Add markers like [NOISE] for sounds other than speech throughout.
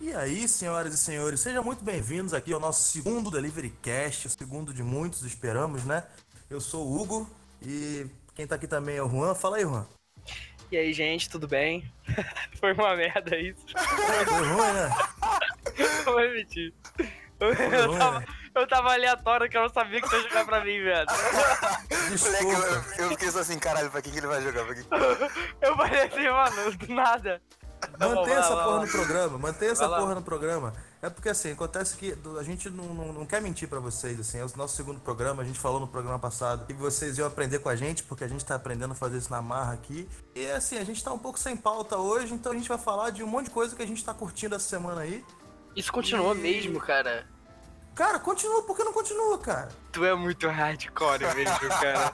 E aí, senhoras e senhores, sejam muito bem-vindos aqui ao nosso segundo Delivery Cast, o segundo de muitos, esperamos, né? Eu sou o Hugo e quem tá aqui também é o Juan. Fala aí, Juan. E aí, gente, tudo bem? [LAUGHS] Foi uma merda isso. [LAUGHS] Foi ruim, né? Não vou admitir. Eu tava, eu tava aleatório que eu não sabia que você ia jogar pra mim, velho. Moleque, Desculpa. eu, eu fiquei só assim, caralho, pra que, que ele vai jogar? Pra que... [LAUGHS] Eu falei assim, mano, do nada. Tá bom, Mantenha vai essa lá, vai porra lá. no programa, mantenha essa lá. porra no programa. É porque assim, acontece que do- a gente não, não- não quer mentir pra vocês, assim, é o nosso segundo programa, a gente falou no programa passado que vocês iam aprender com a gente, porque a gente tá aprendendo a fazer isso na marra aqui. E assim, a gente tá um pouco sem pauta hoje, então a gente vai falar de um monte de coisa que a gente tá curtindo essa semana aí. Isso continuou mesmo, cara. Cara, continua, por que não continua, cara? Tu é muito hardcore mesmo, cara.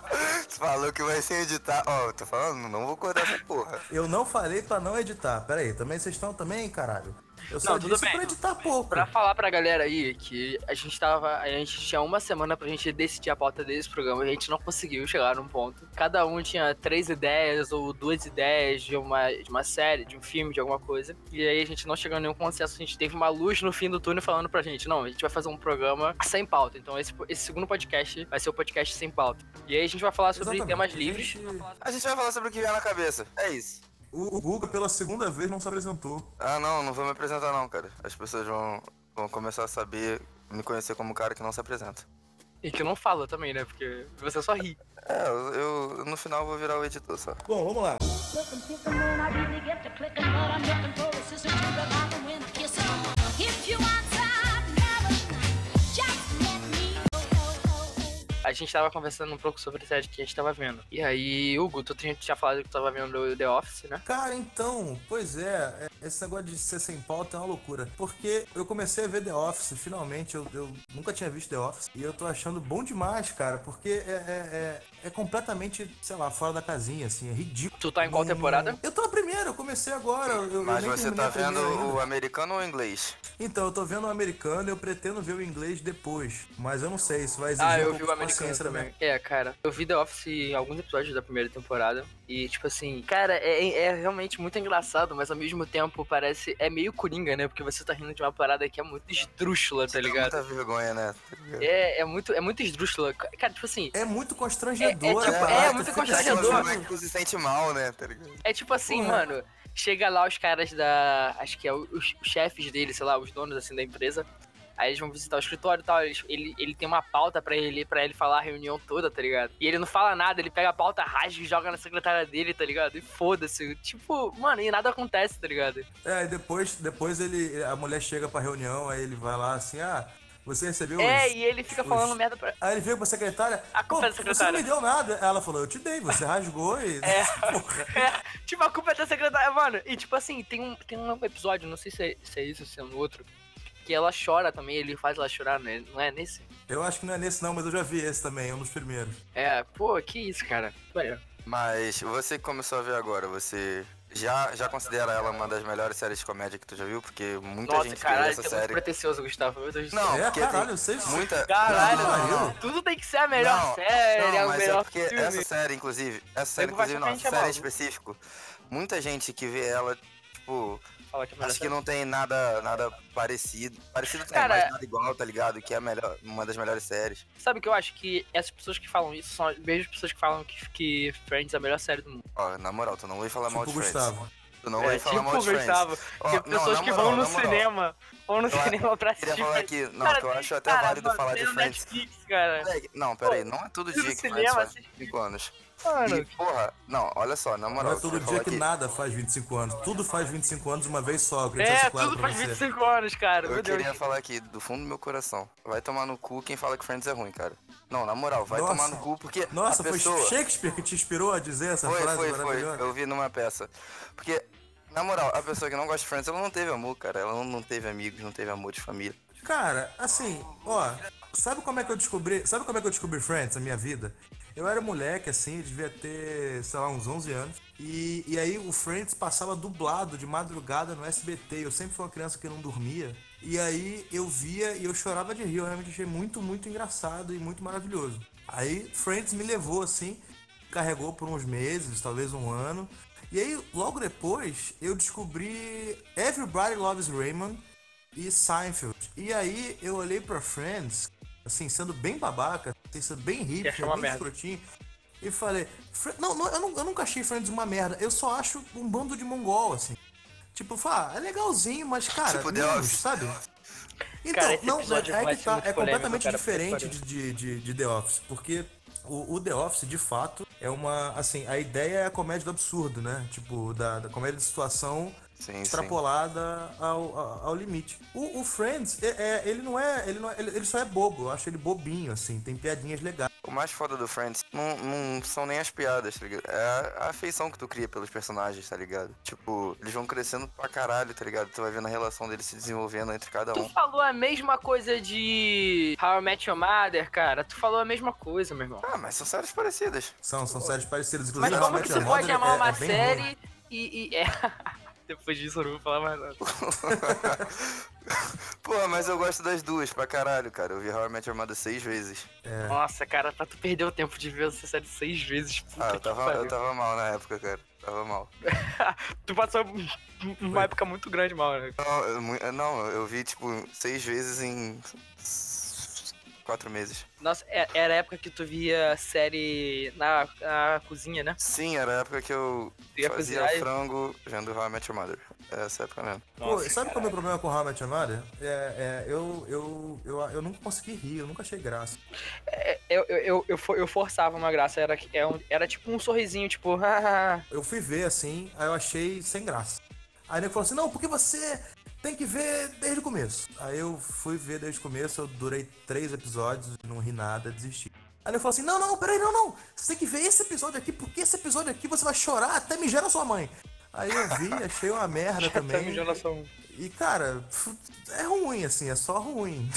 Tu falou que vai ser editar. Ó, eu tô falando, não vou cortar essa porra. Eu não falei pra não editar. Pera aí, também vocês estão também, caralho. Eu só Não, tudo disse bem, pra tudo editar pouco. Pra falar pra galera aí que a gente tava. A gente tinha uma semana pra gente decidir a pauta desse programa e a gente não conseguiu chegar num ponto. Cada um tinha três ideias ou duas ideias de uma, de uma série, de um filme, de alguma coisa. E aí a gente não chegou a nenhum consenso. A gente teve uma luz no fim do túnel falando pra gente: não, a gente vai fazer um programa sem pauta. Então esse, esse segundo podcast vai ser o podcast sem pauta. E aí a gente vai falar sobre Exatamente. temas A livres. gente- A gente vai falar sobre o que vier na cabeça. É isso. O, o Guga, pela segunda vez, não se apresentou. Ah, não, não vou me apresentar, não, cara. As pessoas vão, vão começar a saber, me conhecer como um cara que não se apresenta. E que não fala também, né? Porque você só ri. É, eu, eu- no final vou virar o editor só. Bom, vamos lá. Looking, kicking, man, I really get to clicking, but I'm looking for a sister to rely on when I kiss her. If you want some loving, just let me know. A gente tava conversando um pouco sobre a série que a gente tava vendo. E aí, Hugo, tu tinha tinha falado que tu tava vendo The Office, né? Cara, então, pois é, é, esse negócio de ser sem pauta é uma loucura. Porque eu comecei a ver The Office, finalmente, eu, eu nunca tinha visto The Office, e eu tô achando bom demais, cara, porque é, é- é- é completamente, sei lá, fora da casinha, assim, é ridículo. Tu tá em qual Não- temporada? Eu tô na primeira, eu comecei agora. Eu, eu Mas nem você terminei tá a vendo primeira ainda. o americano ou o inglês? Então, eu tô vendo o americano e eu pretendo ver o inglês depois. Mas eu não sei, isso vai exigir Ah, um eu pouco vi o de americano paciência da minha- também. É, cara, eu vi The Office em alguns episódios da primeira temporada. E, tipo assim, cara, é, é realmente muito engraçado, mas ao mesmo tempo parece. É meio coringa, né? Porque você tá rindo de uma parada que é muito esdrúxula, tá ligado? Muita vergonha, né? Tá ligado? É, é muito, é muito esdrúxula. Cara, tipo assim, É muito constrangedor, É, é tipo- cara. é, Tu muito fica assim, Aquela constrangedor. falando- vergonha tá é que tu se sente mal, né? Tá ligado? É tipo assim, Porra. mano. Chega lá os caras da. Acho que é o- os, os chefes dele, sei lá, os donos assim da empresa. Aí eles vão visitar o escritório e tal. eles- ele, ele tem uma pauta pra ele, pra ele falar a reunião toda, tá ligado? E ele não fala nada, ele pega a pauta, rasga e joga na secretária dele, tá ligado? E foda-se. Tipo, mano, e nada acontece, tá ligado? É, e depois, depois ele, a mulher chega pra reunião, aí ele vai lá assim, ah, você recebeu é, os... e ele fica os- falando merda pra. [LAUGHS] Aí ele veio pra secretária, A pô, culpa é da você não secretária." me deu nada. Ela falou, eu te dei, [LAUGHS] você rasgou e... É. É, tipo, a culpa é da secretária, mano. E tipo assim, tem um, tem um episódio, não sei se é, se é isso ou se é no outro, que ela chora também, ele faz ela chorar, né? Não é nesse? Eu acho que não é nesse não, mas eu já vi esse também, é um dos primeiros. É, pô, que isso, cara. Olha, Mas você que começou a ver agora, você já, já considera ela uma das melhores séries de comédia que tu já viu? Porque muita Nossa, gente caralho, vê tu essa é muito série. pretencioso, Gustavo. Meu Deus do Não, céu. é, porque tem caralho, vocês... Muita. Caralho, não, não, não. tudo tem que ser a melhor Não, série, é Não, o mas é melhor porque filme. essa série, inclusive, essa série, Nego vai inclusive, achar que a não, gente é essa série em maluco. específico, muita gente que vê ela, tipo, Fala que é a melhor acho que série. não tem nada, nada parecido. Parecido tem, Cara- mas nada igual, tá ligado? Que é a melhor, uma das melhores séries. Sabe o que eu acho? Que essas pessoas que falam isso são as mesmas pessoas que falam que, que Friends é a melhor série do mundo. Ó, na moral, tu não vai falar mal Tipo de o Friends. Gustavo. Tu não é, vai falar mal de Friends. Gustavo. Ó, Tem não, pessoas na que moral, vão no na moral. cinema. Vão no Eu- cinema pra Queria assistir. falar Friends. aqui, não, Cara, que eu tem- acho até cara, válido mano, falar tem de no Friends. Netflix, cara. Moleque, Não, pera aí, não é todo Fui dia no que cinema, faz assisti. 5 anos. E, Mano, é, porra, não, olha só, na Não moral, é todo você dia falou que aqui, nada faz 25 anos. Tudo faz 25 anos uma vez só. eu queria deixar é, isso claro tudo pra faz você. 25 anos, cara. Eu Meu Deus. queria falar aqui, do fundo do meu coração, vai tomar no cu quem fala que Friends é ruim, cara. Não, na moral, vai Nossa. tomar no cu porque Nossa, a foi pessoa... Shakespeare que te inspirou a dizer essa Foi, frase foi, foi, maravilhosa? eu vi numa peça. Porque, na moral, a pessoa que não gosta de Friends, ela não teve amor, cara. Ela não- não teve amigos, não teve amor de família. Cara, assim, ó, sabe como é que eu descobri, sabe como é que eu descobri Friends na minha vida? Eu era moleque, assim, eu devia ter, sei lá, uns 11 anos. E, e aí o Friends passava dublado de madrugada no SBT. Eu sempre fui uma criança que não dormia. E aí eu via e eu chorava de rir. Eu realmente achei muito, muito engraçado e muito maravilhoso. Aí Friends me levou, assim, carregou por uns meses, talvez um ano. E aí, logo depois, eu descobri Everybody Loves Raymond, e Seinfeld. E aí eu olhei pra Friends, assim, sendo bem babaca, assim, sendo bem achou hipster, uma bem merda. escrotinho. E falei, "Fri- não, não, eu, não, eu nunca achei Friends uma merda, eu só acho um bando de mongol, assim. Tipo, fala, é legalzinho, mas cara, Tipo The menos, Office. sabe? Então, Cara, esse não, mas episódio é Flash que é tá, muito é polêmico, completamente cara, puta que diferente pariu. de, de, de- de The Office, porque o, o The Office, de fato, é uma, assim, a ideia é a comédia do absurdo, né? Tipo, da, da comédia de situação Sim, sim. extrapolada ao, a- ao limite. O, o Friends, é- é, ele não é. Ele, não é- ele- ele só é bobo, eu acho ele bobinho, assim, tem piadinhas legais. O mais foda do Friends não, não são nem as piadas, tá ligado? É a afeição que tu cria pelos personagens, tá ligado? Tipo, eles vão crescendo pra caralho, tá ligado? Tu vai vendo a relação deles se desenvolvendo entre cada Tu Então. um. falou a mesma coisa de How I Met Your Mother, cara. Tu falou a mesma coisa, meu irmão. Ah, mas são séries parecidas. São, são séries parecidas, inclusive. Mas How I como Met que você Your pode Mother amar é- uma é bem ruim. série e... e- é. [LAUGHS] Depois disso eu não vou falar mais nada. Pô, mas eu gosto das duas pra caralho, cara. Eu vi How I Met Your Mother seis vezes. É. Nossa, cara, pra tu perder o tempo de ver essa série seis vezes, puta Ah, eu que tava, pariu. eu tava mal na época, cara. Tava mal. Tu passou um, uma época muito grande mal, né? Não, eu, mu- eu- não, eu vi, tipo, seis vezes em s- quatro meses. Nossa, é- era a época que tu via série na, na cozinha, né? Sim, era a época que eu Tu ia fazia cozinhar e- frango vendo How I Met Your Mother. Era Essa época mesmo. Pô, sabe qual é o meu problema com How I Met Your Mother? É, é, eu, eu, eu, eu nunca consegui rir, eu nunca achei graça. Eu, eu, eu, eu, for- eu forçava uma graça, era, é um- era tipo um sorrisinho, tipo... [LAUGHS] "Ah". Eu fui ver assim, aí eu achei sem graça. Aí o nego falou assim: não, porque você tem que ver desde o começo. Aí eu fui ver desde o começo, eu durei três episódios, não ri nada, desisti. Aí ele falou assim: não, não, peraí, não, não. Você tem que ver esse episódio aqui, porque esse episódio aqui você vai chorar até mijar na sua mãe. Aí eu [LAUGHS] vi, achei uma merda Tá também. mijando a sua mão. E cara, é ruim assim, é só ruim.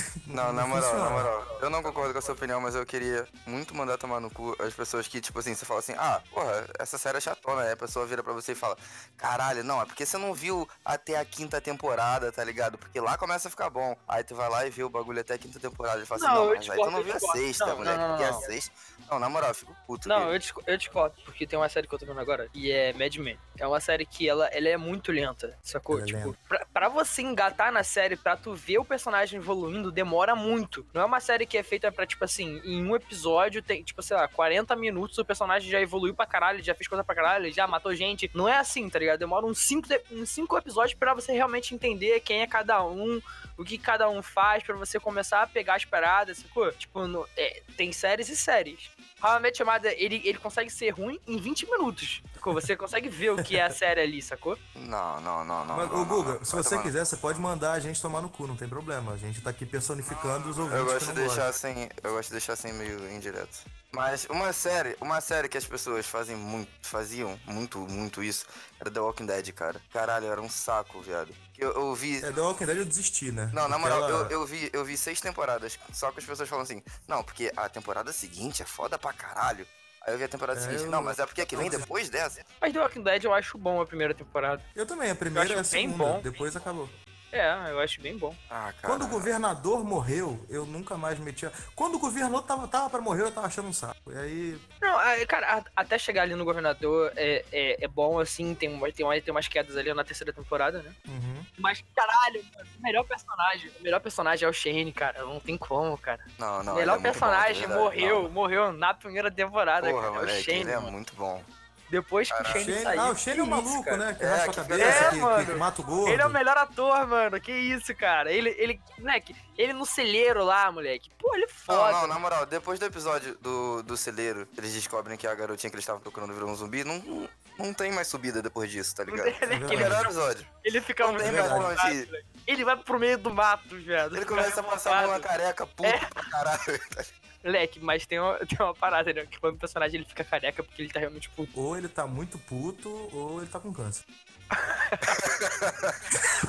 [LAUGHS] Não, na moral, funciona. na moral. Eu não concordo com a sua opinião, mas eu queria muito mandar tomar no cu as pessoas que, tipo assim, você fala assim, ah, porra, essa série é chatona, aí a pessoa vira pra você e fala, caralho, não, é porque você não viu até a quinta temporada, tá ligado? Porque lá começa a ficar bom. Aí tu vai lá e vê o bagulho até a quinta temporada e fala Não, assim, não, eu mas aí discordo, tu não eu viu a discordo. sexta, Não, moleque, não, não, porque é não. a sexta... Não, na moral, eu fico puto. Não, que- eu, disco- eu discordo, porque tem uma série que eu tô vendo agora, e é Mad Men. É uma série que ela, ela é muito lenta, sacou? Ela é tipo, lenta. pra, pra você engatar na série, pra tu ver o personagem evoluindo, demora muito. Não é uma série que é feita pra, tipo assim, em um episódio tem, tipo, sei lá, 40 minutos, o personagem já evoluiu pra caralho, já fez coisa pra caralho, já matou gente. Não é assim, tá ligado? Demora uns 5 uns cinco episódios pra você realmente entender quem é cada um, o que cada um faz, pra você começar a pegar as paradas, sacou? Tipo, no- é, tem séries e séries. How I Met Your Mother, ele, ele consegue ser ruim em 20 minutos. Sacou? Você consegue ver o que é a [LAUGHS] série ali, sacou? Não, não, não, não. Mas, não, ô não, Guga, não. se Vai você tomar no quiser, você pode mandar a gente tomar no cu, não tem problema. A gente tá aqui personificando os ouvintes Eu que gosto de não gostam. deixar assim, eu gosto de deixar assim meio indireto. Mas uma série, uma série que as pessoas fazem muito, faziam muito, muito isso, era The Walking Dead, cara. Caralho, era um saco, viado. Eu, eu vi, É, The Walking Dead eu desisti, né? não, na Porque moral, ela- eu, eu vi, eu vi seis temporadas, só que as pessoas falam assim, não, porque a temporada seguinte é foda pra caralho. Aí eu vi a temporada É, seguinte, eu- não, mas é porque a que vem eu- depois dessa. Mas The Walking Dead eu acho bom a primeira temporada. Eu também, a primeira Eu e a acho bem segunda, bom. depois acabou. É, eu acho bem bom. Ah, cara. Quando o governador morreu, eu nunca mais metia. Quando o governador tava, tava pra morrer, eu tava achando um saco. E aí. Não, a- cara, a- até chegar ali no Governador é, é, é bom, assim, tem, uma- tem, uma- tem umas quedas ali na terceira temporada, né? uhum. Mas, caralho, mano, o melhor personagem, o melhor personagem é o Shane, cara, não tem como, cara. Não, não. o ele é melhor muito bom, de personagem verdade, morreu, não. morreu na primeira temporada, Porra, cara, é o moleque, Shane, ele é mano. muito bom. Depois que o Caralho. Shane, Shane- saiu, ah, o Shane é um que maluco, isso, cara. né? Que É, raspa que- a cabeça, é, que, que, mano. mata o gordo. Ele é o melhor ator, mano. Que isso, cara. Ele, ele, moleque, ele no celeiro lá, moleque. Pô, ele é Não, foda. [LAUGHS] não, na moral, depois do episódio do, do celeiro, eles descobrem que a garotinha que eles estavam procurando virou um zumbi, não, não, não tem mais subida depois disso, tá ligado? Ele, É que ele, Melhor episódio. ele fica Não muito tem mais pra revoltado, onde ir. moleque. Ele vai pro meio do mato, viado. Ele começa a passar a mão na careca, puto É. pra caralho. [LAUGHS] Moleque, mas tem uma, tem uma parada, né? Que quando o personagem ele fica careca porque ele tá realmente [LAUGHS] puto. Ou ele tá muito puto, ou ele tá com câncer.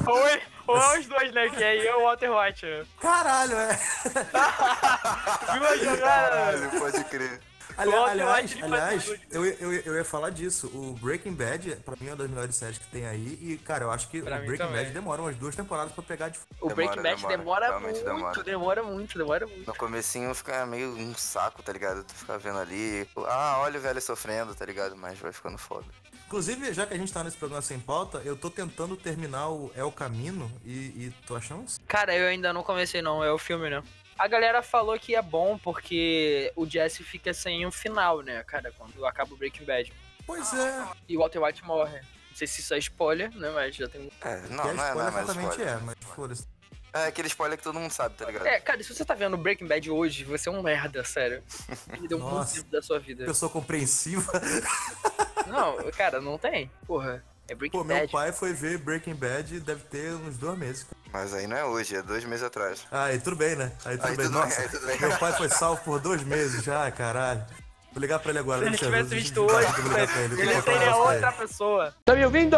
Ou, ele- ou é os dois, né? Que é eu e o Walter White. né? Caralho, é. [LAUGHS] Viu a jogada? né? Caralho, pode crer. Ali- Walter aliás, White, ele aliás faz tudo. eu, eu, eu ia falar disso. O Breaking Bad, pra mim, é uma das melhores séries que tem aí. E, cara, eu acho que Pra o mim Breaking também. Bad demora umas duas temporadas pra pegar de. O Demora, Breaking Bad demora. demora, Realmente muito, demora. demora muito, demora muito. No comecinho fica meio um saco, tá ligado? Tu fica vendo ali, ah, olha o velho sofrendo, tá ligado? Mas vai ficando foda. Inclusive, já que a gente tá nesse programa sem pauta, eu tô tentando terminar o El Camino e, e tô achando isso. Cara, eu ainda não comecei não, é o filme, né? A galera falou que é bom porque o Jesse fica sem um final, né, cara, quando acaba o Breaking Bad. Pois é. Ah, E o Walter White morre. Não sei se isso é spoiler, né, mas já tem... É, Que não, a não é, não spoiler é mais exatamente spoiler. é, mas foda-se. É aquele spoiler que todo mundo sabe, tá ligado? É, cara, se você tá vendo Breaking Bad hoje, você é um [LAUGHS] merda, sério. Ele deu muito Nossa. tempo da sua vida. Pessoa [LAUGHS] compreensiva. Não, cara, não tem. Porra, é Breaking Pô, meu Bad. pai foi ver Breaking Bad deve ter uns dois meses. Mas aí não é hoje, é dois meses atrás. Ah, e tudo bem, né? Aí tudo Aí bem. tudo bem, Nossa, aí tudo bem. meu pai foi salvo por dois meses já, caralho. Vou ligar pra ele agora. Se ele deixa eu tivesse ver, visto deixa eu- hoje, vou ligar pra ele, ele vou falar seria pra ele. outra pessoa. Tá me ouvindo?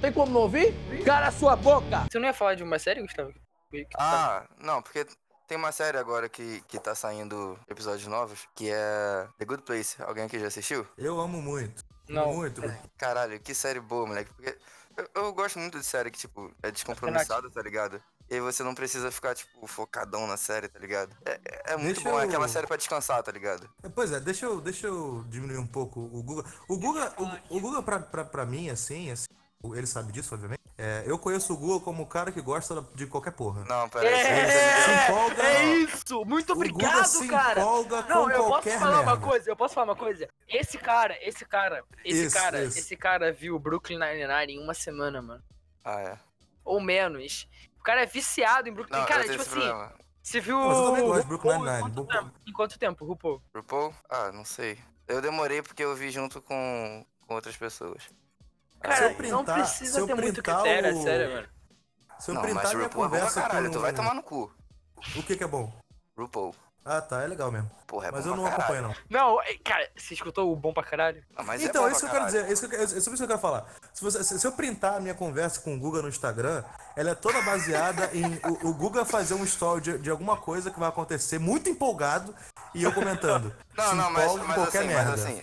Tem como não ouvir? Cara a sua boca! Você não ia falar de uma série, Gustavo? Que- que- Ah, não, porque tem uma série agora que, que tá saindo episódios novos, que é The Good Place. Alguém aqui já assistiu? Eu amo muito. Não. é, Muito. Caralho, que série boa, moleque. Porque eu, eu gosto muito de série que, tipo, é descompromissada, tá ligado? E aí você não precisa ficar, tipo, focadão na série, tá ligado? É, é- é muito Deixa bom, é eu- aquela série pra descansar, tá ligado? Pois é, deixa eu, deixa eu diminuir um pouco o Guga. O Guga, o, o Guga pra, pra, pra mim, assim, assim, ele sabe disso, obviamente. É, eu conheço o Guga como o cara que gosta de qualquer porra. Não, pera aí. É! Se empolga, É isso! Muito o Guga se obrigado, cara! empolga Não, com eu posso qualquer falar merda. uma coisa, eu posso falar uma coisa. Esse cara, esse cara, esse Isso, cara, isso. esse cara viu o Brooklyn Nine-Nine em uma semana, mano. Ah, é. Ou menos. O cara é viciado em Brooklyn. Não, cara, eu tenho tipo esse assim, problema. você viu. Mas eu também gosto de RuPaul Brooklyn em Nine-Nine, quanto RuPaul. tempo? Em quanto tempo, RuPaul? RuPaul? Ah, não sei. Eu demorei porque eu vi junto com, com outras pessoas. Se Cara, eu não printar- se precisa eu ter muito printar critério, é o- sério, mano. Se eu não, mas printar minha RuPaul é bom pra conversa caralho, com... um tu vai tomar no cu. O que que é bom? RuPaul. Ah, tá, é legal mesmo. Porra, é Mas bom eu não pra caralho. acompanho, não. Não, é- cara, você escutou o bom pra caralho? Ah, mas então, é bom isso que eu pra quero caralho. dizer, isso que eu, é sobre isso que eu quero falar. Se, você- se- se eu printar a minha conversa com o Guga no Instagram, ela é toda baseada em o, o Guga fazer um story de, de alguma coisa que vai acontecer muito empolgado e eu comentando. [LAUGHS] Não, Se não, mas, empolga em mas assim, mas assim,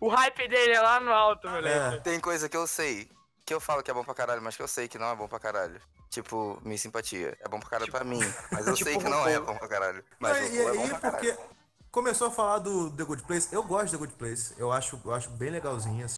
o hype dele é lá no alto, moleque. É, Tem coisa que eu sei, que eu falo que é bom pra caralho, mas que eu sei que não é bom pra caralho. Tipo, minha simpatia. É bom pra caralho pra mim, mas eu sei que não é bom pra caralho. Mas Não, o e cu é bom aí, pra caralho. porque começou a falar do The Good Place, eu gosto do The Good Place, eu acho, eu acho bem legalzinho, assim.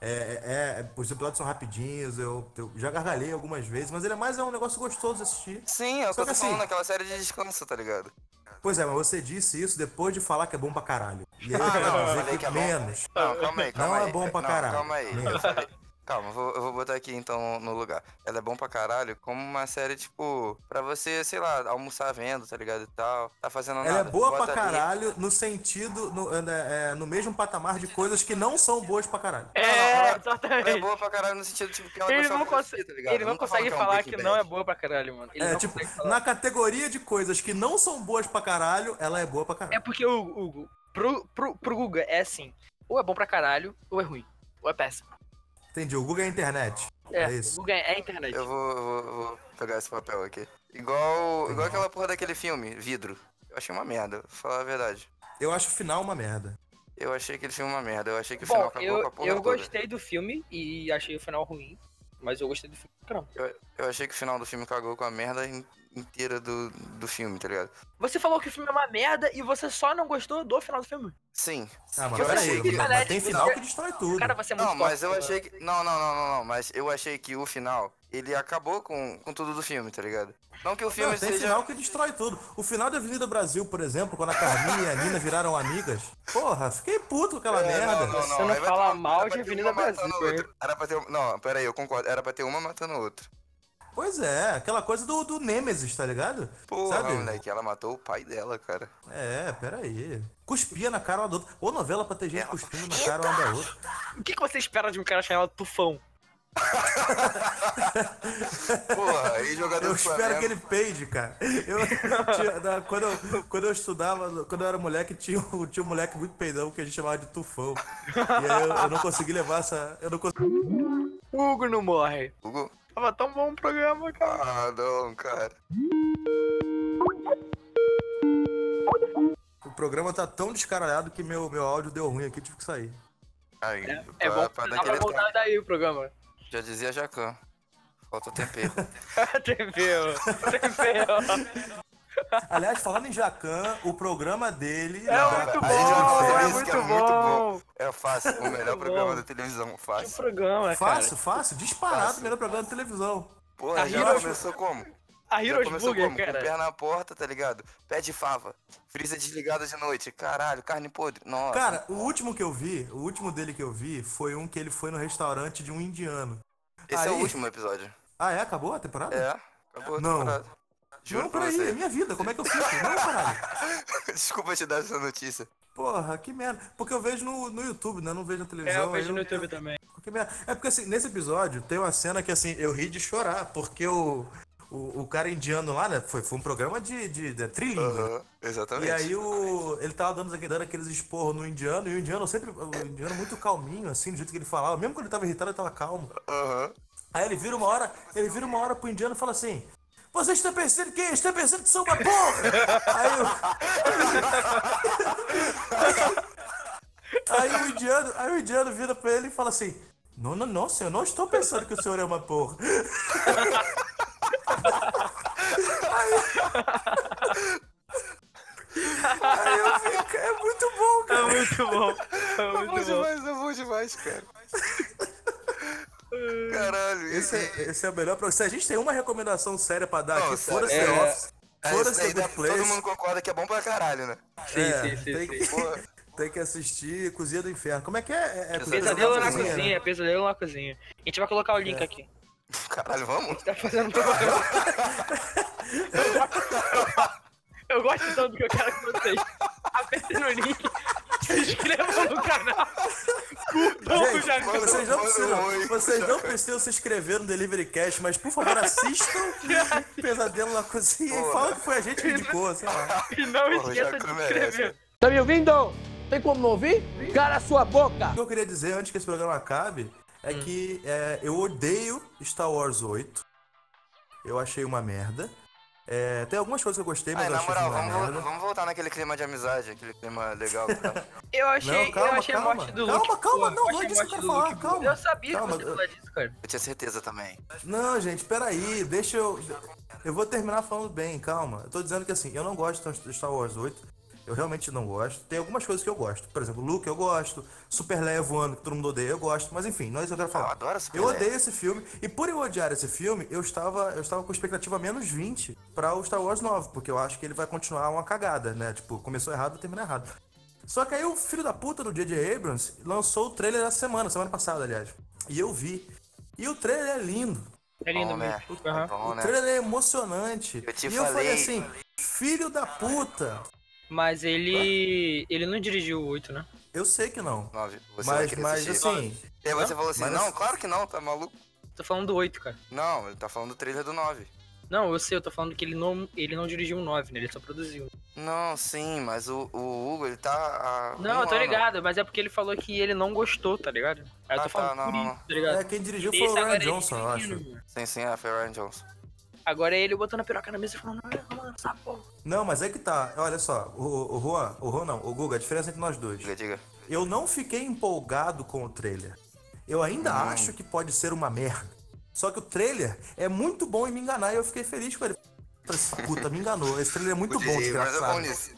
É, é- é- os episódios são rapidinhos, eu, eu já gargalhei algumas vezes, mas ele é mais é um negócio gostoso de assistir. Sim, é o que Só eu que tô falando, assim- aquela série de descanso, tá ligado? Pois é, mas você disse isso depois de falar que é bom pra [LAUGHS] caralho. E aí eu Ah, quero não, eu dizer falei que, que é bom. menos. Não, calma aí, calma aí. Não é bom pra caralho. Calma aí. Não. Eu falei- Calma, eu vou, eu vou botar aqui então no lugar. Ela é bom pra caralho como uma série, tipo, pra você, sei lá, almoçar vendo, tá ligado? E tal. Tá fazendo nada. Ela é boa pra bota ali. caralho no sentido, no, é, é, no mesmo patamar de coisas que não são boas pra caralho. É, não, é- exatamente. Ela é boa pra caralho no sentido, tipo, que ela Ele gosta não, de conse- assistir, tá ligado? ele não Eu nunca falo consegue é um falar Breaking que Bad. não é boa pra caralho, mano. Ele É, não tipo, consegue falar. na categoria de coisas que não são boas pra caralho, ela é boa pra É caralho. porque o Hugo, pro, pro, pro Guga, é assim: ou é bom pra caralho, ou é ruim. Ou é péssimo. Entendi, o Google é a internet. É, É o isso. Guga é a internet. Eu vou, eu vou- eu vou pegar esse papel aqui. Igual, igual aquela porra daquele filme, Vidro. Eu achei uma merda, pra falar a verdade. Eu acho o final uma merda. Eu achei aquele filme uma merda, eu achei que o final Bom, acabou com a eu, porra eu toda. gostei do filme e achei o final ruim. Mas eu gostei do filme. Caramba. Eu, eu achei que o final do filme cagou com a merda in- inteira do, do filme, tá ligado? Você falou que o filme é uma merda e você só não gostou do final do filme. Sim. Ah, mas Eu peraí, achei mas- que mas parece tem que final você- que destrói tudo. Cara, você é muito Não, mas tóxico, eu mano. achei que. Não, não, não, não, não. Mas eu achei que o final, ele acabou com, com tudo do filme, tá ligado? Não que o filme Não, tem seja. final que destrói tudo. O final da Avenida Brasil, por exemplo, quando a Carminha e a Nina viraram amigas. Porra, fiquei puto com aquela É, merda. não, não, não. Você não Aí vai fala tomar- mal era pra de ter Avenida uma matando Brasil, a outra. Era pra ter. um- Não, pera aí, eu concordo. Era pra ter uma matando a outra. Pois é, aquela coisa do, do Nemesis, tá ligado? Porra, Sabe? moleque, ela matou o pai dela, cara. É, peraí. Cuspia na cara um uma da outra. Ou novela pra ter gente cuspindo na cara uma da outra. O que, que você espera de um cara chamado Tufão? Porra, e jogador Eu do espero Flamengo. que ele peide, cara. Eu, tinha- na- quando, eu, quando eu estudava, quando eu era moleque, tinha, um- tinha um moleque muito peidão que a gente chamava de tufão. E aí eu, eu não consegui levar essa. Eu não consegui. O Hugo não morre. Hugo? Tava tão bom o programa, cara. Ah, não, cara. O programa tá tão descaralhado que meu, meu áudio deu ruim aqui, eu tive que sair. Aí, É bom pra, dar aquele voltar toque. daí o programa. [LAUGHS] Já [LAUGHS] dizia Jacan. Falta tempero. Tempero. Tempero. Aliás, falando em Jacan, o programa dele. É muito bom, A gente vai é fazer isso muito que é muito bom. bom. É fácil, o melhor programa bom. da televisão, Que fácil. programa, Fácil, cara. fácil, disparado, Fácil. melhor programa de televisão. Porra, A já Heroes- começou como? A Já Heroes começou Burger, como? Com o cara. pé na porta, tá ligado? Pé de fava. Frisa desligada de noite. Caralho, carne podre. Nossa. Cara, o último que eu vi, o último dele que eu vi foi um que ele foi no restaurante de um indiano. Esse é o aí- último episódio. Ah, é? Acabou a temporada? É? Acabou a Não. temporada. Juro Não, pra peraí, é você. minha vida, como é que eu fico? Não, caralho. [LAUGHS] Desculpa te dar essa notícia. Porra, que merda. Porque eu vejo no, no YouTube, né? Eu não vejo na É, televisão. eu vejo aí no YouTube também. Que merda. É porque assim, nesse episódio tem uma cena que assim, eu ri de chorar, porque o, o, o cara indiano lá, né? Foi, foi um programa de, de, de trilingue, né? Aham, exatamente. E é aí o, ele tava dando, aque- dando aqueles esporros no indiano, e o indiano sempre. O indiano muito calminho, assim, do jeito que ele falava. Mesmo quando ele tava irritado, ele tava calmo. Aham. Aí ele vira uma hora, ele vira uma hora pro indiano e fala assim. Vocês estão pensando que estão pensando que são uma porra! Aí o... [LAUGHS] aí o indiano, aí o indiano vira pra ele e fala assim: Não, não, não, senhor, não estou pensando que o senhor é uma porra. Aí eu fico, é muito bom, É cara. muito bom. É É bom muito bom. demais, é bom [LAUGHS] demais, cara. Caralho, Esse esse é. é, esse é o melhor programa. Se a gente tem uma recomendação séria pra dar Não, aqui, sério, fora-se é- The Office, esse fora-se daí The dá- Good Place. todo mundo concorda que é bom pra caralho, né? Sim, É, sim, sim. tem, sim. que, [LAUGHS] Porra. tem que assistir Cozinha do Inferno. Como é que é? é? é Pesadelo na né? cozinha, pesadelo na cozinha. A gente vai colocar o link É. aqui. Caralho, vamos? Tá fazendo propaganda. [LAUGHS] Eu gosto tanto que eu quero que vocês apertem no link, se inscrevam no canal, curtam o Gente, assim, Jacão. vocês não Manda um oi. precisam, vocês não precisam se inscrever no Delivery Cash, mas por favor assistam Pesadelo na Cozinha e Porra. falam que foi a gente que indicou, sei lá. E não Porra, o esqueça de Jacão se inscrever. merece. Tá me ouvindo? Tem como não ouvir? Cara, sua boca! O que eu queria dizer antes que esse programa acabe é que é, eu odeio Star Wars 8. Eu achei uma merda. É, tem algumas coisas que eu gostei, mas Ai, eu na achei moral, uma vamos, merda. vo- vamos voltar naquele clima de amizade, aquele clima legal. [LAUGHS] Tá? Eu achei, Não, calma, eu achei a calma. morte do Calma, Luke. calma, boa. não, não é achei a disso que morte eu do quero falar, Luke boa. calma. Eu sabia Calma, que você eu- ia falar disso, cara. Eu tinha certeza também. Não, gente, peraí, deixa eu. Eu vou terminar falando bem, calma. Eu tô dizendo que assim, eu não gosto tanto de Star Wars 8. Eu realmente não gosto. Tem algumas coisas que eu gosto. Por exemplo, Luke eu gosto. Super Leia voando, que todo mundo odeia, eu gosto. Mas enfim, não é isso que eu quero falar. Eu adoro Super Eu Leia. odeio esse filme. E por eu odiar esse filme, eu estava, eu estava com expectativa menos 20 pra o Star Wars 9. Porque eu acho que ele vai continuar uma cagada, né? Tipo, começou errado, termina errado. Só que aí o filho da puta do J.J. Abrams lançou o trailer da semana, semana passada, aliás. E eu vi. E o trailer é lindo. É lindo Bom, né? mesmo. Aham. Bom, O né? trailer é emocionante. Eu te e eu falei falei. assim, filho da puta. Mas ele. ele não dirigiu o 8, né? Eu sei que não. Nove, você vai mas querer mas assistir. assim, E aí você falou assim, Mas- não, claro que não, tá maluco? Tô falando do 8, cara. Não, ele tá falando do trailer do 9. Não, eu sei, eu tô falando que ele não, ele não dirigiu o 9, né? Ele só produziu. Não, sim, mas o, o Hugo, ele tá. há Não, um eu tô ano. ligado, mas é porque ele falou que ele não gostou, tá ligado? Aí eu tô Ah, tá, falando não, por não, isso, não. tá ligado? é, quem dirigiu foi Esse o tá agora Ryan ele Johnson, eu dirigindo, acho. mano. Sim, sim, é Ferran Johnson. Agora é ele botando a piroca na mesa e falando, ah, mano, essa porra. Não, mas é que tá. Olha só, o, o Juan, o Juan não, o Guga, a diferença entre nós dois. Diga, diga. Eu não fiquei empolgado com o trailer. Eu ainda acho que pode ser uma merda. Só que o trailer é muito bom em me enganar e eu fiquei feliz com ele. Falei assim, Puta, me enganou. Esse trailer é muito Podia bom, ir, mas é bom desgraçado. nisso.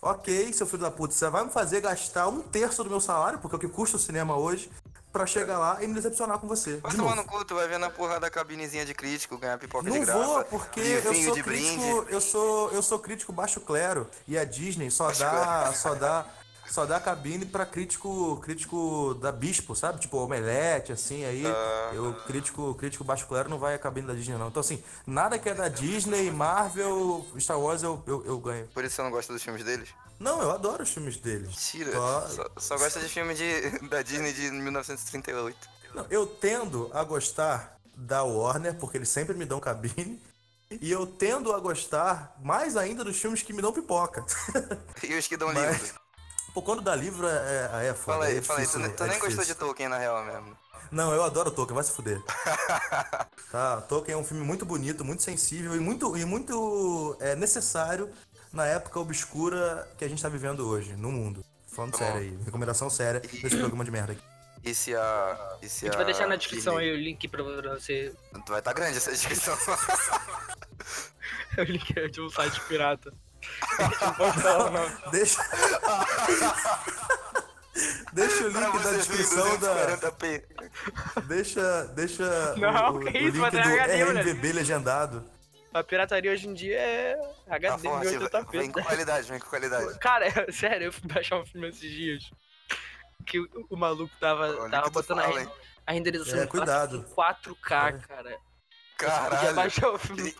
Ok, seu filho da puta, você vai me fazer gastar um terço do meu salário, porque é o que custa o cinema hoje, pra chegar lá e me decepcionar com você. Vai de tomar novo. no cu, tu vai ver na porra da cabinezinha de crítico, ganhar pipoca de Não graça. vou, porque eu vinho sou de brinde. crítico, eu sou, eu sou crítico baixo clero e a Disney só Baixo dá, só dá, só dá cabine pra crítico, crítico da Bispo, sabe? Tipo Omelete assim, aí Ah. eu crítico, crítico baixo clero não vai a cabine da Disney não. Então assim, nada que é da Disney, Marvel, Star Wars eu, eu, eu ganho. Por isso você não gosta dos filmes deles? Não, eu adoro os filmes deles. Tira. Só- Só, só gosta de filme de, [LAUGHS] da Disney de 1938. Não, eu tendo a gostar da Warner, porque eles sempre me dão cabine. E eu tendo a gostar mais ainda dos filmes que me dão pipoca. [LAUGHS] E os que dão Mas- um livro. Pô, quando dá livro é, é, é foda. Fala aí, é fala aí. Tu, difícil, ne- tu é nem gostou de difícil. Tolkien na real mesmo. Não, eu adoro Tolkien, vai se fuder. [LAUGHS] tá, Tolkien é um filme muito bonito, muito sensível e muito, e muito é, necessário na época obscura que a gente tá vivendo hoje, no mundo. Falando Tá bom. sério aí, recomendação séria desse programa de merda aqui. E se a. E se A gente vai deixar na descrição Disney- aí o link pra pra você. [LAUGHS] Vai tá grande essa descrição. [LAUGHS] Eu liguei de um site pirata. [LAUGHS] Deixa. [LAUGHS] Deixa o Pra link da você, descrição da. 240p. Deixa. Deixa. Não, o, o, que o isso, link do vai ter HD, moleque. RMVB legendado. A pirataria hoje em dia é Tá HD forte, 1080p. vem com qualidade, vem com qualidade. Cara, [LAUGHS] sério, eu fui baixar um filme esses dias. Que o, o maluco tava, Olha o que tava eu tô botando a, falando, re- a renderização É, em 4- cuidado. É. 4K, cara. Podia Caralho. baixar o filme em E aí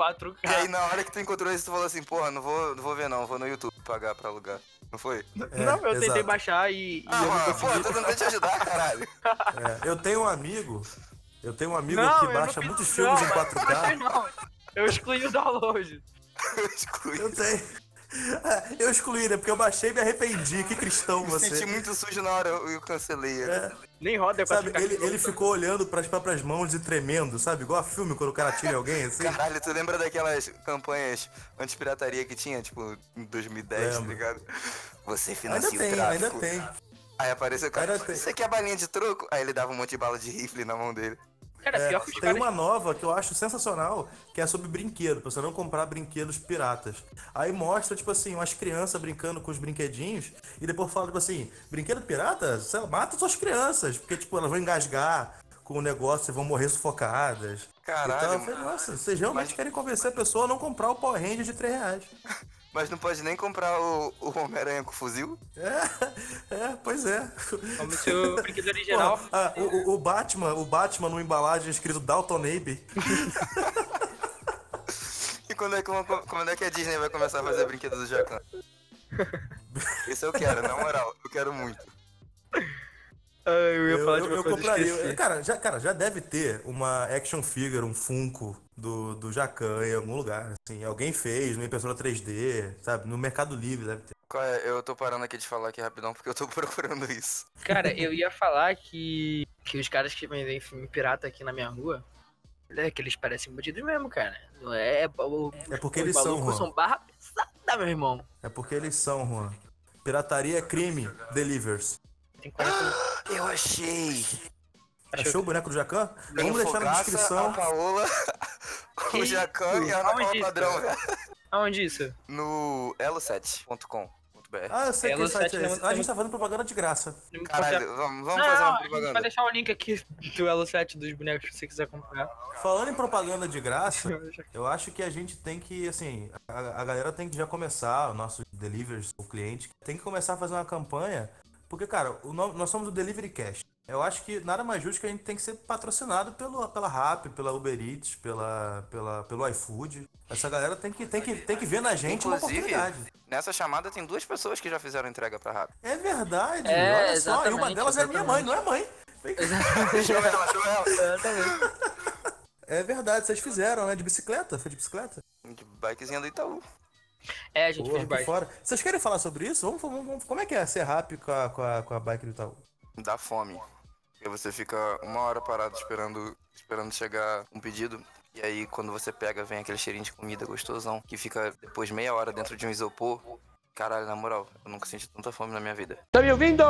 4K. na hora que tu encontrou isso, tu falou assim, porra, não vou, não vou ver não, vou no YouTube pagar pra alugar. Não foi? É, não, eu tentei exato. baixar e. e Ah, eu não mano, pô, consegui. eu tô tentando te ajudar, [LAUGHS] caralho. É, eu tenho um amigo. Eu tenho um amigo Não, eu que não baixa fiz muitos isso, filmes não, em 4K. Não, eu excluí o download. Eu excluí. Eu tenho. Eu excluí, né? Porque eu baixei e me arrependi. Que cristão Me senti você. muito sujo na hora, eu eu cancelei. Nem roda é 4K. Sabe, ele, que ele ficou olhando pras próprias mãos e tremendo, sabe? Igual a filme quando o cara tira alguém, assim. Caralho, tu lembra daquelas campanhas anti-pirataria que tinha, tipo, em 2010, Lembro. tá ligado? Você Ainda financia assim, o tem, tráfico. ainda tem. Aí apareceu o cara, Ainda tem. você quer balinha de troco? Aí ele dava um monte de bala de rifle na mão dele. Cara, É, pior que os tem caras. uma nova que eu acho sensacional, que é sobre brinquedo, pra você não comprar brinquedos piratas. Aí mostra, tipo assim, umas crianças brincando com os brinquedinhos, e depois fala, tipo assim, brinquedo pirata, sei lá, mata suas crianças, porque, tipo, elas vão engasgar com o negócio e vão morrer sufocadas. Caralho, então, eu falei, mano. nossa, vocês realmente Mas- querem convencer a pessoa a não comprar o Power Ranger de 3 reais. [LAUGHS] Mas não pode nem comprar o, o Homem-Aranha com fuzil? É, é, pois é. Como se o [LAUGHS] brinquedo original. Porra, ah, o, o- o Batman, o Batman numa embalagem escrito Dalton Abe. E quando é, que, uma- quando é que a Disney vai começar a fazer brinquedo [LAUGHS] do Jacan? Isso eu quero, na moral, eu quero muito. Ah, eu ia Eu, falar de eu- uma eu coisa compraria. esqueci. Eu- cara, já, cara, já deve ter uma action figure, um Funko do, do Jacan em algum lugar. Assim, alguém fez, numa impressora 3D, sabe? No Mercado Livre deve ter. Qual é? Eu tô parando aqui de falar aqui rapidão porque eu tô [LAUGHS] procurando isso. Cara, eu ia falar que, que os caras que vendem filme pirata aqui na minha rua, é que eles parecem bandidos mesmo, cara. Não é, é, o- É porque os eles são, malucos Juan. são barra pesada, meu irmão. É porque eles são, Juan. Pirataria é crime, delivers. Tem 40 Eu achei! Ah, Achou o boneco do Jacan? Tem Vamos deixar na Fogaça, descrição. A Paola, [LAUGHS] o Que Jacan e isso? a Ana Paula Aonde isso? Padrão, velho. Aonde isso? No elo7.com.br. Ah, eu sei É, que o Lu site Sete é não esse. Ah, tem- a gente tá fazendo propaganda de graça. Não me confia- Caralho, vamos, Não, vamos fazer não, uma a gente vai propaganda. deixar o link aqui do Elo 7 dos bonecos se você quiser comprar. Falando em propaganda de graça, Eu acho que a gente tem que, assim, a, a galera tem que já começar, o nosso delivery, o cliente, tem que começar a fazer uma campanha, porque, cara, o nome- nós somos o Delivery Cash. Eu acho que nada mais justo que a gente tem que ser patrocinado pelo, pela RAP, pela Uber Eats, pela, pela, pelo iFood. Essa galera tem que, tem que, tem que ver na gente uma Inclusive- oportunidade. Nessa chamada tem duas pessoas que já fizeram entrega pra rápido. É verdade, É, olha só. E uma exatamente, delas é minha mãe, não é mãe. Chama ela, chama ela. É verdade, vocês fizeram, né? De bicicleta? Foi de bicicleta? De bikezinha do Itaú. É, a gente Porra, fez que baixo. fora. Vocês querem falar sobre isso? Vamos, vamos- vamos- como é que é ser RAP com a, com, a, com a bike do Itaú? Dá fome. Porque você fica uma hora parado esperando, esperando chegar um pedido. E aí, quando você pega, vem aquele cheirinho de comida gostosão. Que fica depois meia hora dentro de um isopor. Caralho, na moral, eu nunca senti tanta fome na minha vida. Tá me ouvindo?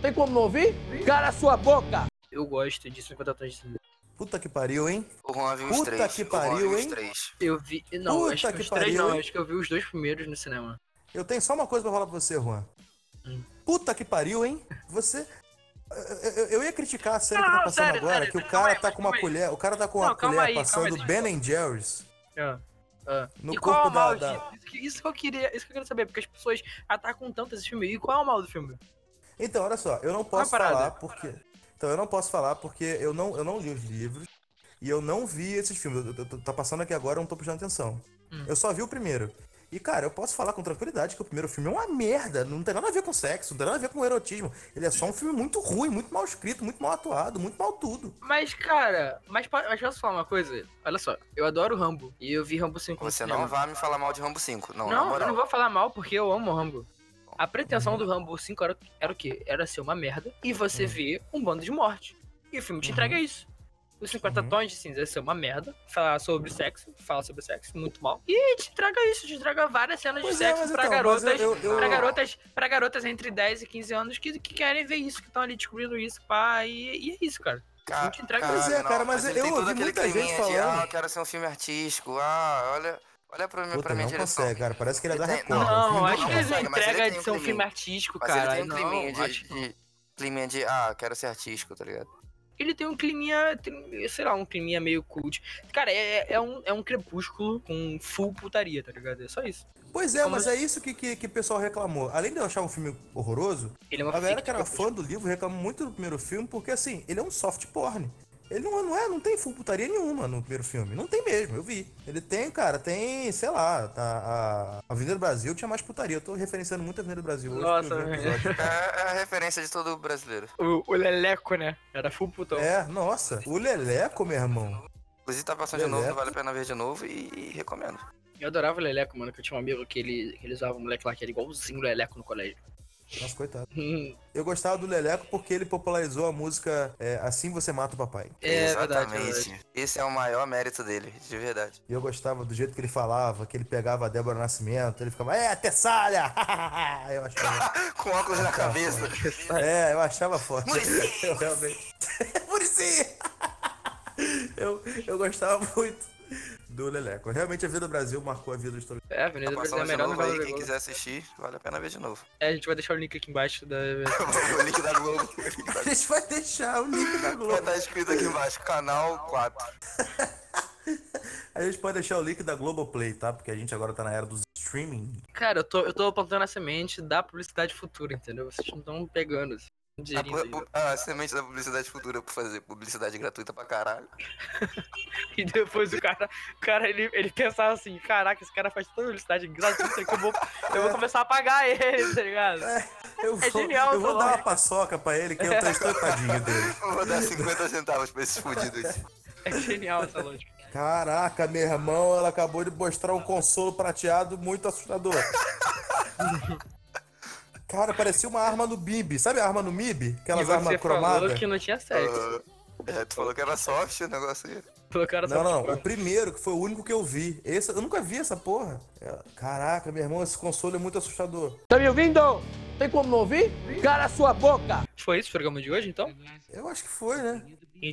Tem como não ouvir? Cala sua boca! Eu gosto de 50 tons de cinza. Puta que pariu, hein? O Juan viu os Puta três. que o Juan viu pariu, os hein? três. Eu vi. Não, Puta acho que, que os três pariu, não, hein? acho que eu vi os dois primeiros no cinema. Eu tenho só uma coisa pra falar pra você, Juan. Hum. Puta que pariu, hein? Você. Eu, eu- eu ia criticar a cena Não, que tá não, passando sério, agora, sério, que o calma cara aí, tá com uma calma aí. colher. O cara tá com uma Não, calma colher aí, calma passando aí, Ben and Jerry's. Ah, ah. No e qual é o corpo mal da- disso? Isso que- Isso que eu queria, isso que eu queria saber, porque as pessoas atacam tanto esse filme. E qual é o mal do filme? Então, olha só, eu não posso parada, falar porque. Então, eu não posso falar porque eu não, eu não li os livros e eu não vi esses filmes. Eu- eu- eu- tá passando aqui agora, eu não tô prestando atenção. Hum. Eu só vi o primeiro. E, cara, eu posso falar com tranquilidade que o primeiro filme é uma merda. Não tem nada a ver com sexo, não tem nada a ver com erotismo. Ele é só um filme muito ruim, muito mal escrito, muito mal atuado, muito mal tudo. Mas, cara, mas, pa- mas posso falar uma coisa? Olha só, eu adoro Rambo. E eu vi Rambo 5 no Você cinema. não vai me falar mal de Rambo 5. Não, na Não, eu moral. não vou falar mal porque eu amo o Rambo. A pretensão do Rambo 5 era, era o quê? Era ser uma merda e você ver um bando de morte. E o filme te entrega isso. Os 50 Uhum. tons de cinza é ser uma merda, falar sobre sexo, fala sobre sexo, muito mal. E te entrega isso, te entrega várias cenas Pois de é, sexo mas pra então, mas garotas. eu- eu- Pra eu- garotas, pra garotas entre 10 e 15 anos que, que querem ver isso, que estão ali descobrindo isso, pá, e, e é isso, cara. Ca- Não te entrega- Pois é, não, cara, mas ele eu tem todo ouvi aquele muita gente climinha de, falando. ah, eu quero ser um filme artístico. Ah, olha, Olha pra, mim, Puta, pra minha não direção. consegue, cara. Parece que ele é da Tem- Record. um Não, Filme da acho que eles Record. não Mas ele entregam tem um de ser um climinha. filme artístico, Mas cara. ele tem um climinha não, acho de, que não. de- climinha de, ah, quero ser artístico, tá ligado? ele tem um climinha, tem, sei lá, um climinha meio cult. Cara, é, é um, é um crepúsculo com full putaria, tá ligado? É só isso. Pois é, Como- mas é isso que, que, que o pessoal reclamou. Além de eu achar um filme horroroso, Ele é uma a galera fake que era crepúsculo. fã do livro reclamou muito do primeiro filme, porque assim, ele é um soft porn. Ele não, não é, não tem full putaria nenhuma no primeiro filme. Não tem mesmo, eu vi. Ele tem, cara, tem, sei lá, tá, a Avenida do Brasil tinha mais putaria. Eu tô referenciando muito a Avenida do Brasil hoje. porque Nossa, eu vi um velho. episódio. [LAUGHS] É, é a referência de todo brasileiro. O, o Leleco, né? Era full putão. É, nossa. O Leleco, meu irmão. Inclusive tá passando de novo, Beleza. não vale a pena ver de novo e, e recomendo. Eu adorava o Leleco, mano, que eu tinha um amigo que ele, que ele usava um moleque lá que era igualzinho o Leleco no [LAUGHS] colégio. Nossa, coitado. Hum, Eu gostava do Leleco porque ele popularizou a música é, Assim Você Mata o Papai. é verdade, é Exatamente. verdade. Esse é o maior mérito dele, de verdade. E eu gostava do jeito que ele falava, que ele pegava a Débora Nascimento, ele ficava, é, Tessália! [LAUGHS] eu achava, [LAUGHS] Com óculos na [LAUGHS] cabeça. é, eu achava foda. Muricy! [LAUGHS] Eu realmente. Muricy! [LAUGHS] eu, eu gostava muito do Leleco. Realmente a vida do Brasil marcou a vida de todo É, a Avenida Tá Brasil é a passando de melhor novo novela aí, da quem Globo. quiser assistir, vale a pena ver de [LAUGHS] novo. É, a gente vai deixar o link aqui embaixo [LAUGHS] da. o link da Globo. o link da A gente vai deixar o link da Globo. [LAUGHS] Vai Globo. estar escrito aqui embaixo, canal 4. [LAUGHS] A gente pode deixar o link da Globoplay, tá? Porque a gente agora tá na era do streaming. Cara, eu tô, eu tô plantando a semente da publicidade futura, entendeu? Vocês não estão pegando. Assim, um A, dinheirinho pu- ainda. pu- a semente da publicidade futura por fazer publicidade gratuita pra caralho. [LAUGHS] E depois o cara, o cara ele, ele pensava assim, caraca, esse cara faz tanta velocidade gratuita que eu vou, eu vou começar a pagar ele, tá ligado? Eu vou, genial eu vou essa dar uma lógica. paçoca pra ele, que eu [LAUGHS] tô estoicadinho dele. Eu Vou dar 50 centavos pra esses fudidos [LAUGHS] aqui. É genial essa lógica. Caraca, meu irmão, ela acabou de mostrar um consolo prateado muito [LAUGHS] assustador. Cara, parecia uma arma no Bibi. Sabe a arma no MIB? E Aquelas você armas falou cromadas? que não tinha sexo. Ah, é, tu falou que era soft o negócio aí. Colocaram Não, só não, o tipo, primeiro, que foi o único que eu vi. Esse, eu nunca vi essa porra. É, Caraca, meu irmão, esse console é muito assustador. Tá me ouvindo? Tem como não ouvir? Cala sua boca! Foi isso o programa de hoje, então? Eu acho que foi, né?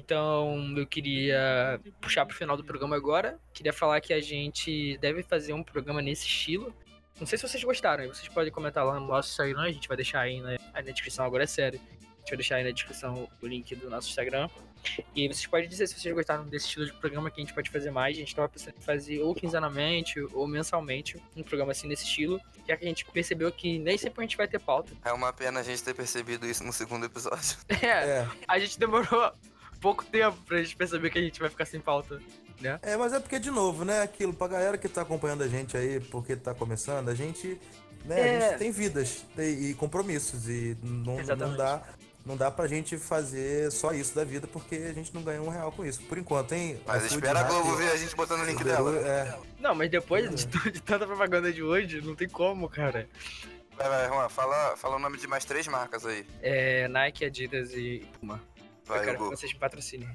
Então, eu queria puxar pro final do programa agora. Queria falar que a gente deve fazer um programa nesse estilo. Não sei se vocês gostaram, vocês podem comentar lá no nosso Instagram, a gente vai deixar aí na, aí na descrição, agora é sério. A gente vai deixar aí na descrição o link do nosso Instagram. E vocês podem dizer se vocês gostaram desse estilo de programa que a gente pode fazer mais. A gente tava pensando em fazer ou quinzenalmente ou mensalmente um programa assim nesse estilo, já que a gente percebeu que nem sempre a gente vai ter pauta. É uma pena a gente ter percebido isso no segundo episódio. É, É. a gente demorou pouco tempo pra gente perceber que a gente vai ficar sem pauta. É, mas é porque, de novo, né? Aquilo, pra galera que tá acompanhando a gente aí, porque tá começando, a gente, né, a É. gente tem vidas e, e compromissos. E não, não Exatamente. dá. Não dá pra gente fazer só isso da vida, porque a gente não ganha um real com isso. Por enquanto, hein? Mas iFood, espera a Rappi, Globo ver a gente botando o link dela. Deliveroo, é. Não, mas depois de, t- de tanta propaganda de hoje, não tem como, cara. Vai, vai, Juan, fala, fala o nome de mais três marcas aí. É Nike, Adidas e Puma. eu Vai, quero que Hugo. vocês me patrocinem.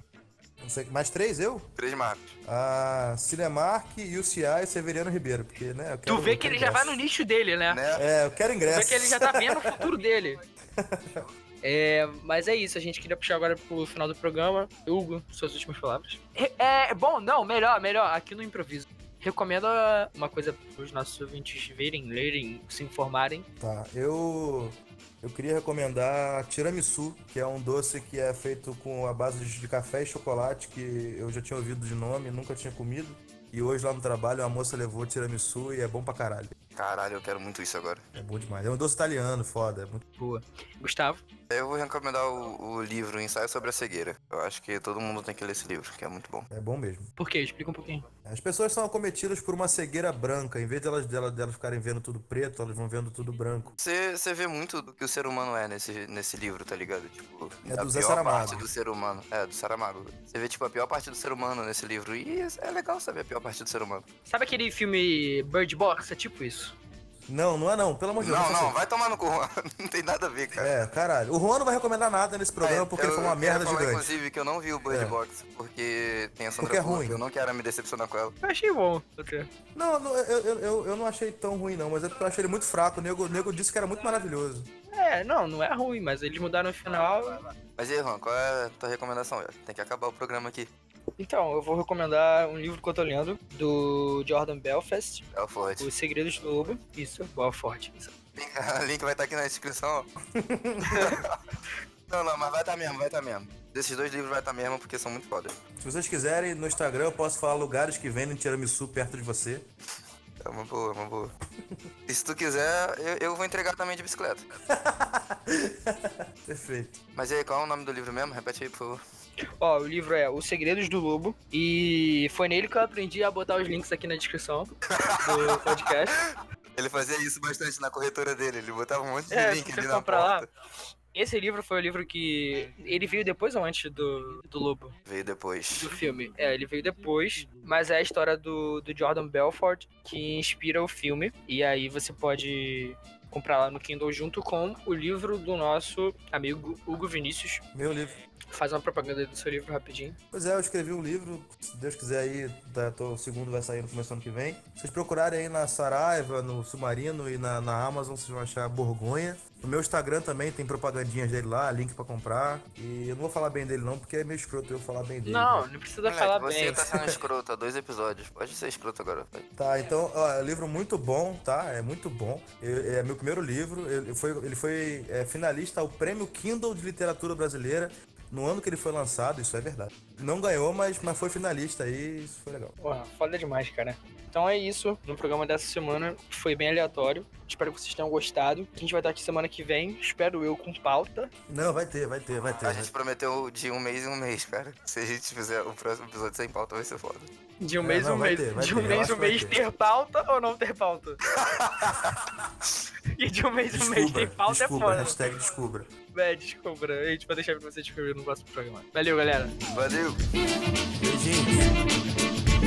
Não sei, mais três eu? Três marcas. A Cinemark, UCI e Severiano Ribeiro. Porque, né? Eu quero, tu vê que eu quero ele já vai no ingresso. nicho dele, né? Né? É, eu quero Tu ingresso. vê que ele já tá vendo o futuro dele. [LAUGHS] É, mas é isso, a gente queria puxar agora pro final do programa. Hugo, suas últimas palavras. É, é, bom, não, melhor, melhor, aqui no improviso. Recomendo ah, uma coisa pros nossos ouvintes verem, lerem, se informarem. Tá, eu eu queria recomendar tiramisu, que é um doce que é feito com a base de de café e chocolate, que eu já tinha ouvido de nome, nunca tinha comido. E hoje lá no trabalho a moça levou tiramisu e é bom pra caralho. Caralho, eu quero muito isso agora. É bom demais. É um doce italiano, foda. é muito- Boa. Gustavo, Eu vou recomendar o, o livro Ensaio sobre a Cegueira. Eu acho que todo mundo tem que ler esse livro, que é muito bom. É bom mesmo. por quê? Explica um pouquinho. As pessoas são acometidas por uma cegueira branca. Em vez delas, delas, delas ficarem vendo tudo preto, elas vão vendo tudo branco. Você você vê muito do que o ser humano é nesse, nesse livro, tá ligado? Tipo, É a do Zé pior Saramago. parte do ser humano. É, do Saramago. Você vê, tipo, a pior parte do ser humano nesse livro. E é legal saber a pior parte do ser humano. Sabe aquele filme Bird Box? É tipo isso. Não, não é não. Pelo amor de Deus. Não, deixa não, assim. vai tomar no cu, Juan. [LAUGHS] Não tem nada a ver, cara. É, caralho. O Juan não vai recomendar nada nesse programa porque É, eu ele foi uma quero merda falar, gigante. Inclusive, que eu não vi o Bird É. Box, porque tem a Sandra Porque é Bullock, ruim. Eu não quero me decepcionar com ela. Eu achei bom. até. Não, não, eu, eu, eu- eu não achei tão ruim, não, mas é porque eu achei ele muito fraco. O nego, o nego disse que era muito maravilhoso. É, não, não é ruim, mas eles mudaram o final. Mas e aí, Juan, qual é a tua recomendação? velho? Tem que acabar o programa aqui. Então, eu vou recomendar um livro que eu tô lendo, do Jordan Belfast, Bela É Forte. [LAUGHS] Os Segredos do Lobo. Isso, boa forte. Isso. O link vai estar aqui na [LAUGHS] descrição. não, não, mas vai estar mesmo, vai estar mesmo. Desses dois livros vai estar mesmo, porque são muito fodas. Se vocês quiserem, no Instagram eu posso falar lugares que vendem tiramisu perto de você. É uma boa, é [LAUGHS] uma boa. E se tu quiser, eu, eu vou entregar também de bicicleta. Perfeito. Mas e aí, qual é o nome do livro mesmo? Repete aí, por favor. Ó, o livro é Os Segredos do Lobo. E foi nele que eu aprendi a botar os links aqui na descrição [LAUGHS] do podcast. Ele fazia isso bastante na corretora dele, ele botava um monte de É, link se ali você na comprar porta. lá. Esse livro foi o livro que. Ele veio depois ou antes do, do Lobo? Veio depois. do filme. É, ele veio depois, mas é a história do, do Jordan Belfort que inspira o filme. E aí você pode comprar lá no Kindle junto com o livro do nosso amigo Hugo Vinícius. Meu livro. Faz uma propaganda aí do seu livro rapidinho. Pois é, eu escrevi um livro, se Deus quiser aí, tá, tô- o segundo vai sair no começo do ano que vem. Se vocês procurarem aí na Saraiva, no Submarino e na, na Amazon, vocês vão achar Borgonha. No meu Instagram também tem propagandinhas dele lá, link pra comprar. E eu não vou falar bem dele não, porque é meio escroto eu falar bem dele. Não, não precisa Moleque, falar você bem. tá sendo escroto há dois episódios. Pode ser escroto agora. pode. Tá, então, ó, é um livro muito bom, tá? É muito bom. Eu- é meu primeiro livro. Ele foi, ele foi é, finalista ao Prêmio Kindle de Literatura Brasileira no ano que ele foi lançado, isso é verdade. Não ganhou, mas, mas foi finalista aí, isso foi legal. Porra, foda demais, cara. Então é isso. No programa dessa semana foi bem aleatório. Espero que vocês tenham gostado. A gente vai estar aqui semana que vem, espero eu, com pauta. Não, vai ter, vai ter, vai ter. A Tá. vai gente prometeu de um mês em um mês, cara. Se a gente fizer o próximo episódio sem pauta, vai ser foda. De um É, mês não, um vai mês. ter, vai de um ter, eu mês acho um que vai mês ter. ter pauta ou não ter pauta? [LAUGHS] e de um mês um mês ter pauta descubra, é foda. hashtag descubra. É, descobra. A gente vai deixar pra você descobrir no próximo programa. Valeu, galera. Valeu! Beijinhos.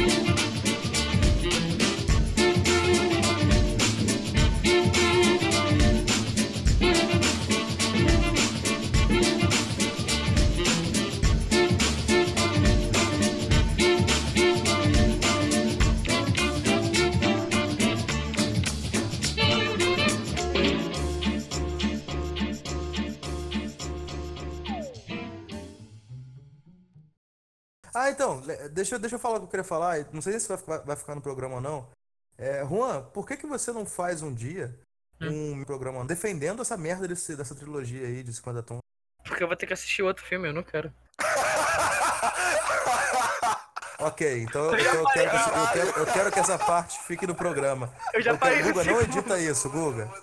Ah, então, le- deixa, eu- deixa eu falar o que eu queria falar. e Não sei se vai, ficar- vai ficar no programa ou não. É, Juan, por que, que você não faz um dia um programa defendendo essa merda desse- dessa trilogia aí de 50 tons? Porque eu vou ter que assistir outro filme, eu não quero. Ok, então, então eu, quero que, eu, quero, eu quero que essa parte fique no programa. Eu já quero- parei no Guga, né? não segundo. edita isso, Guga.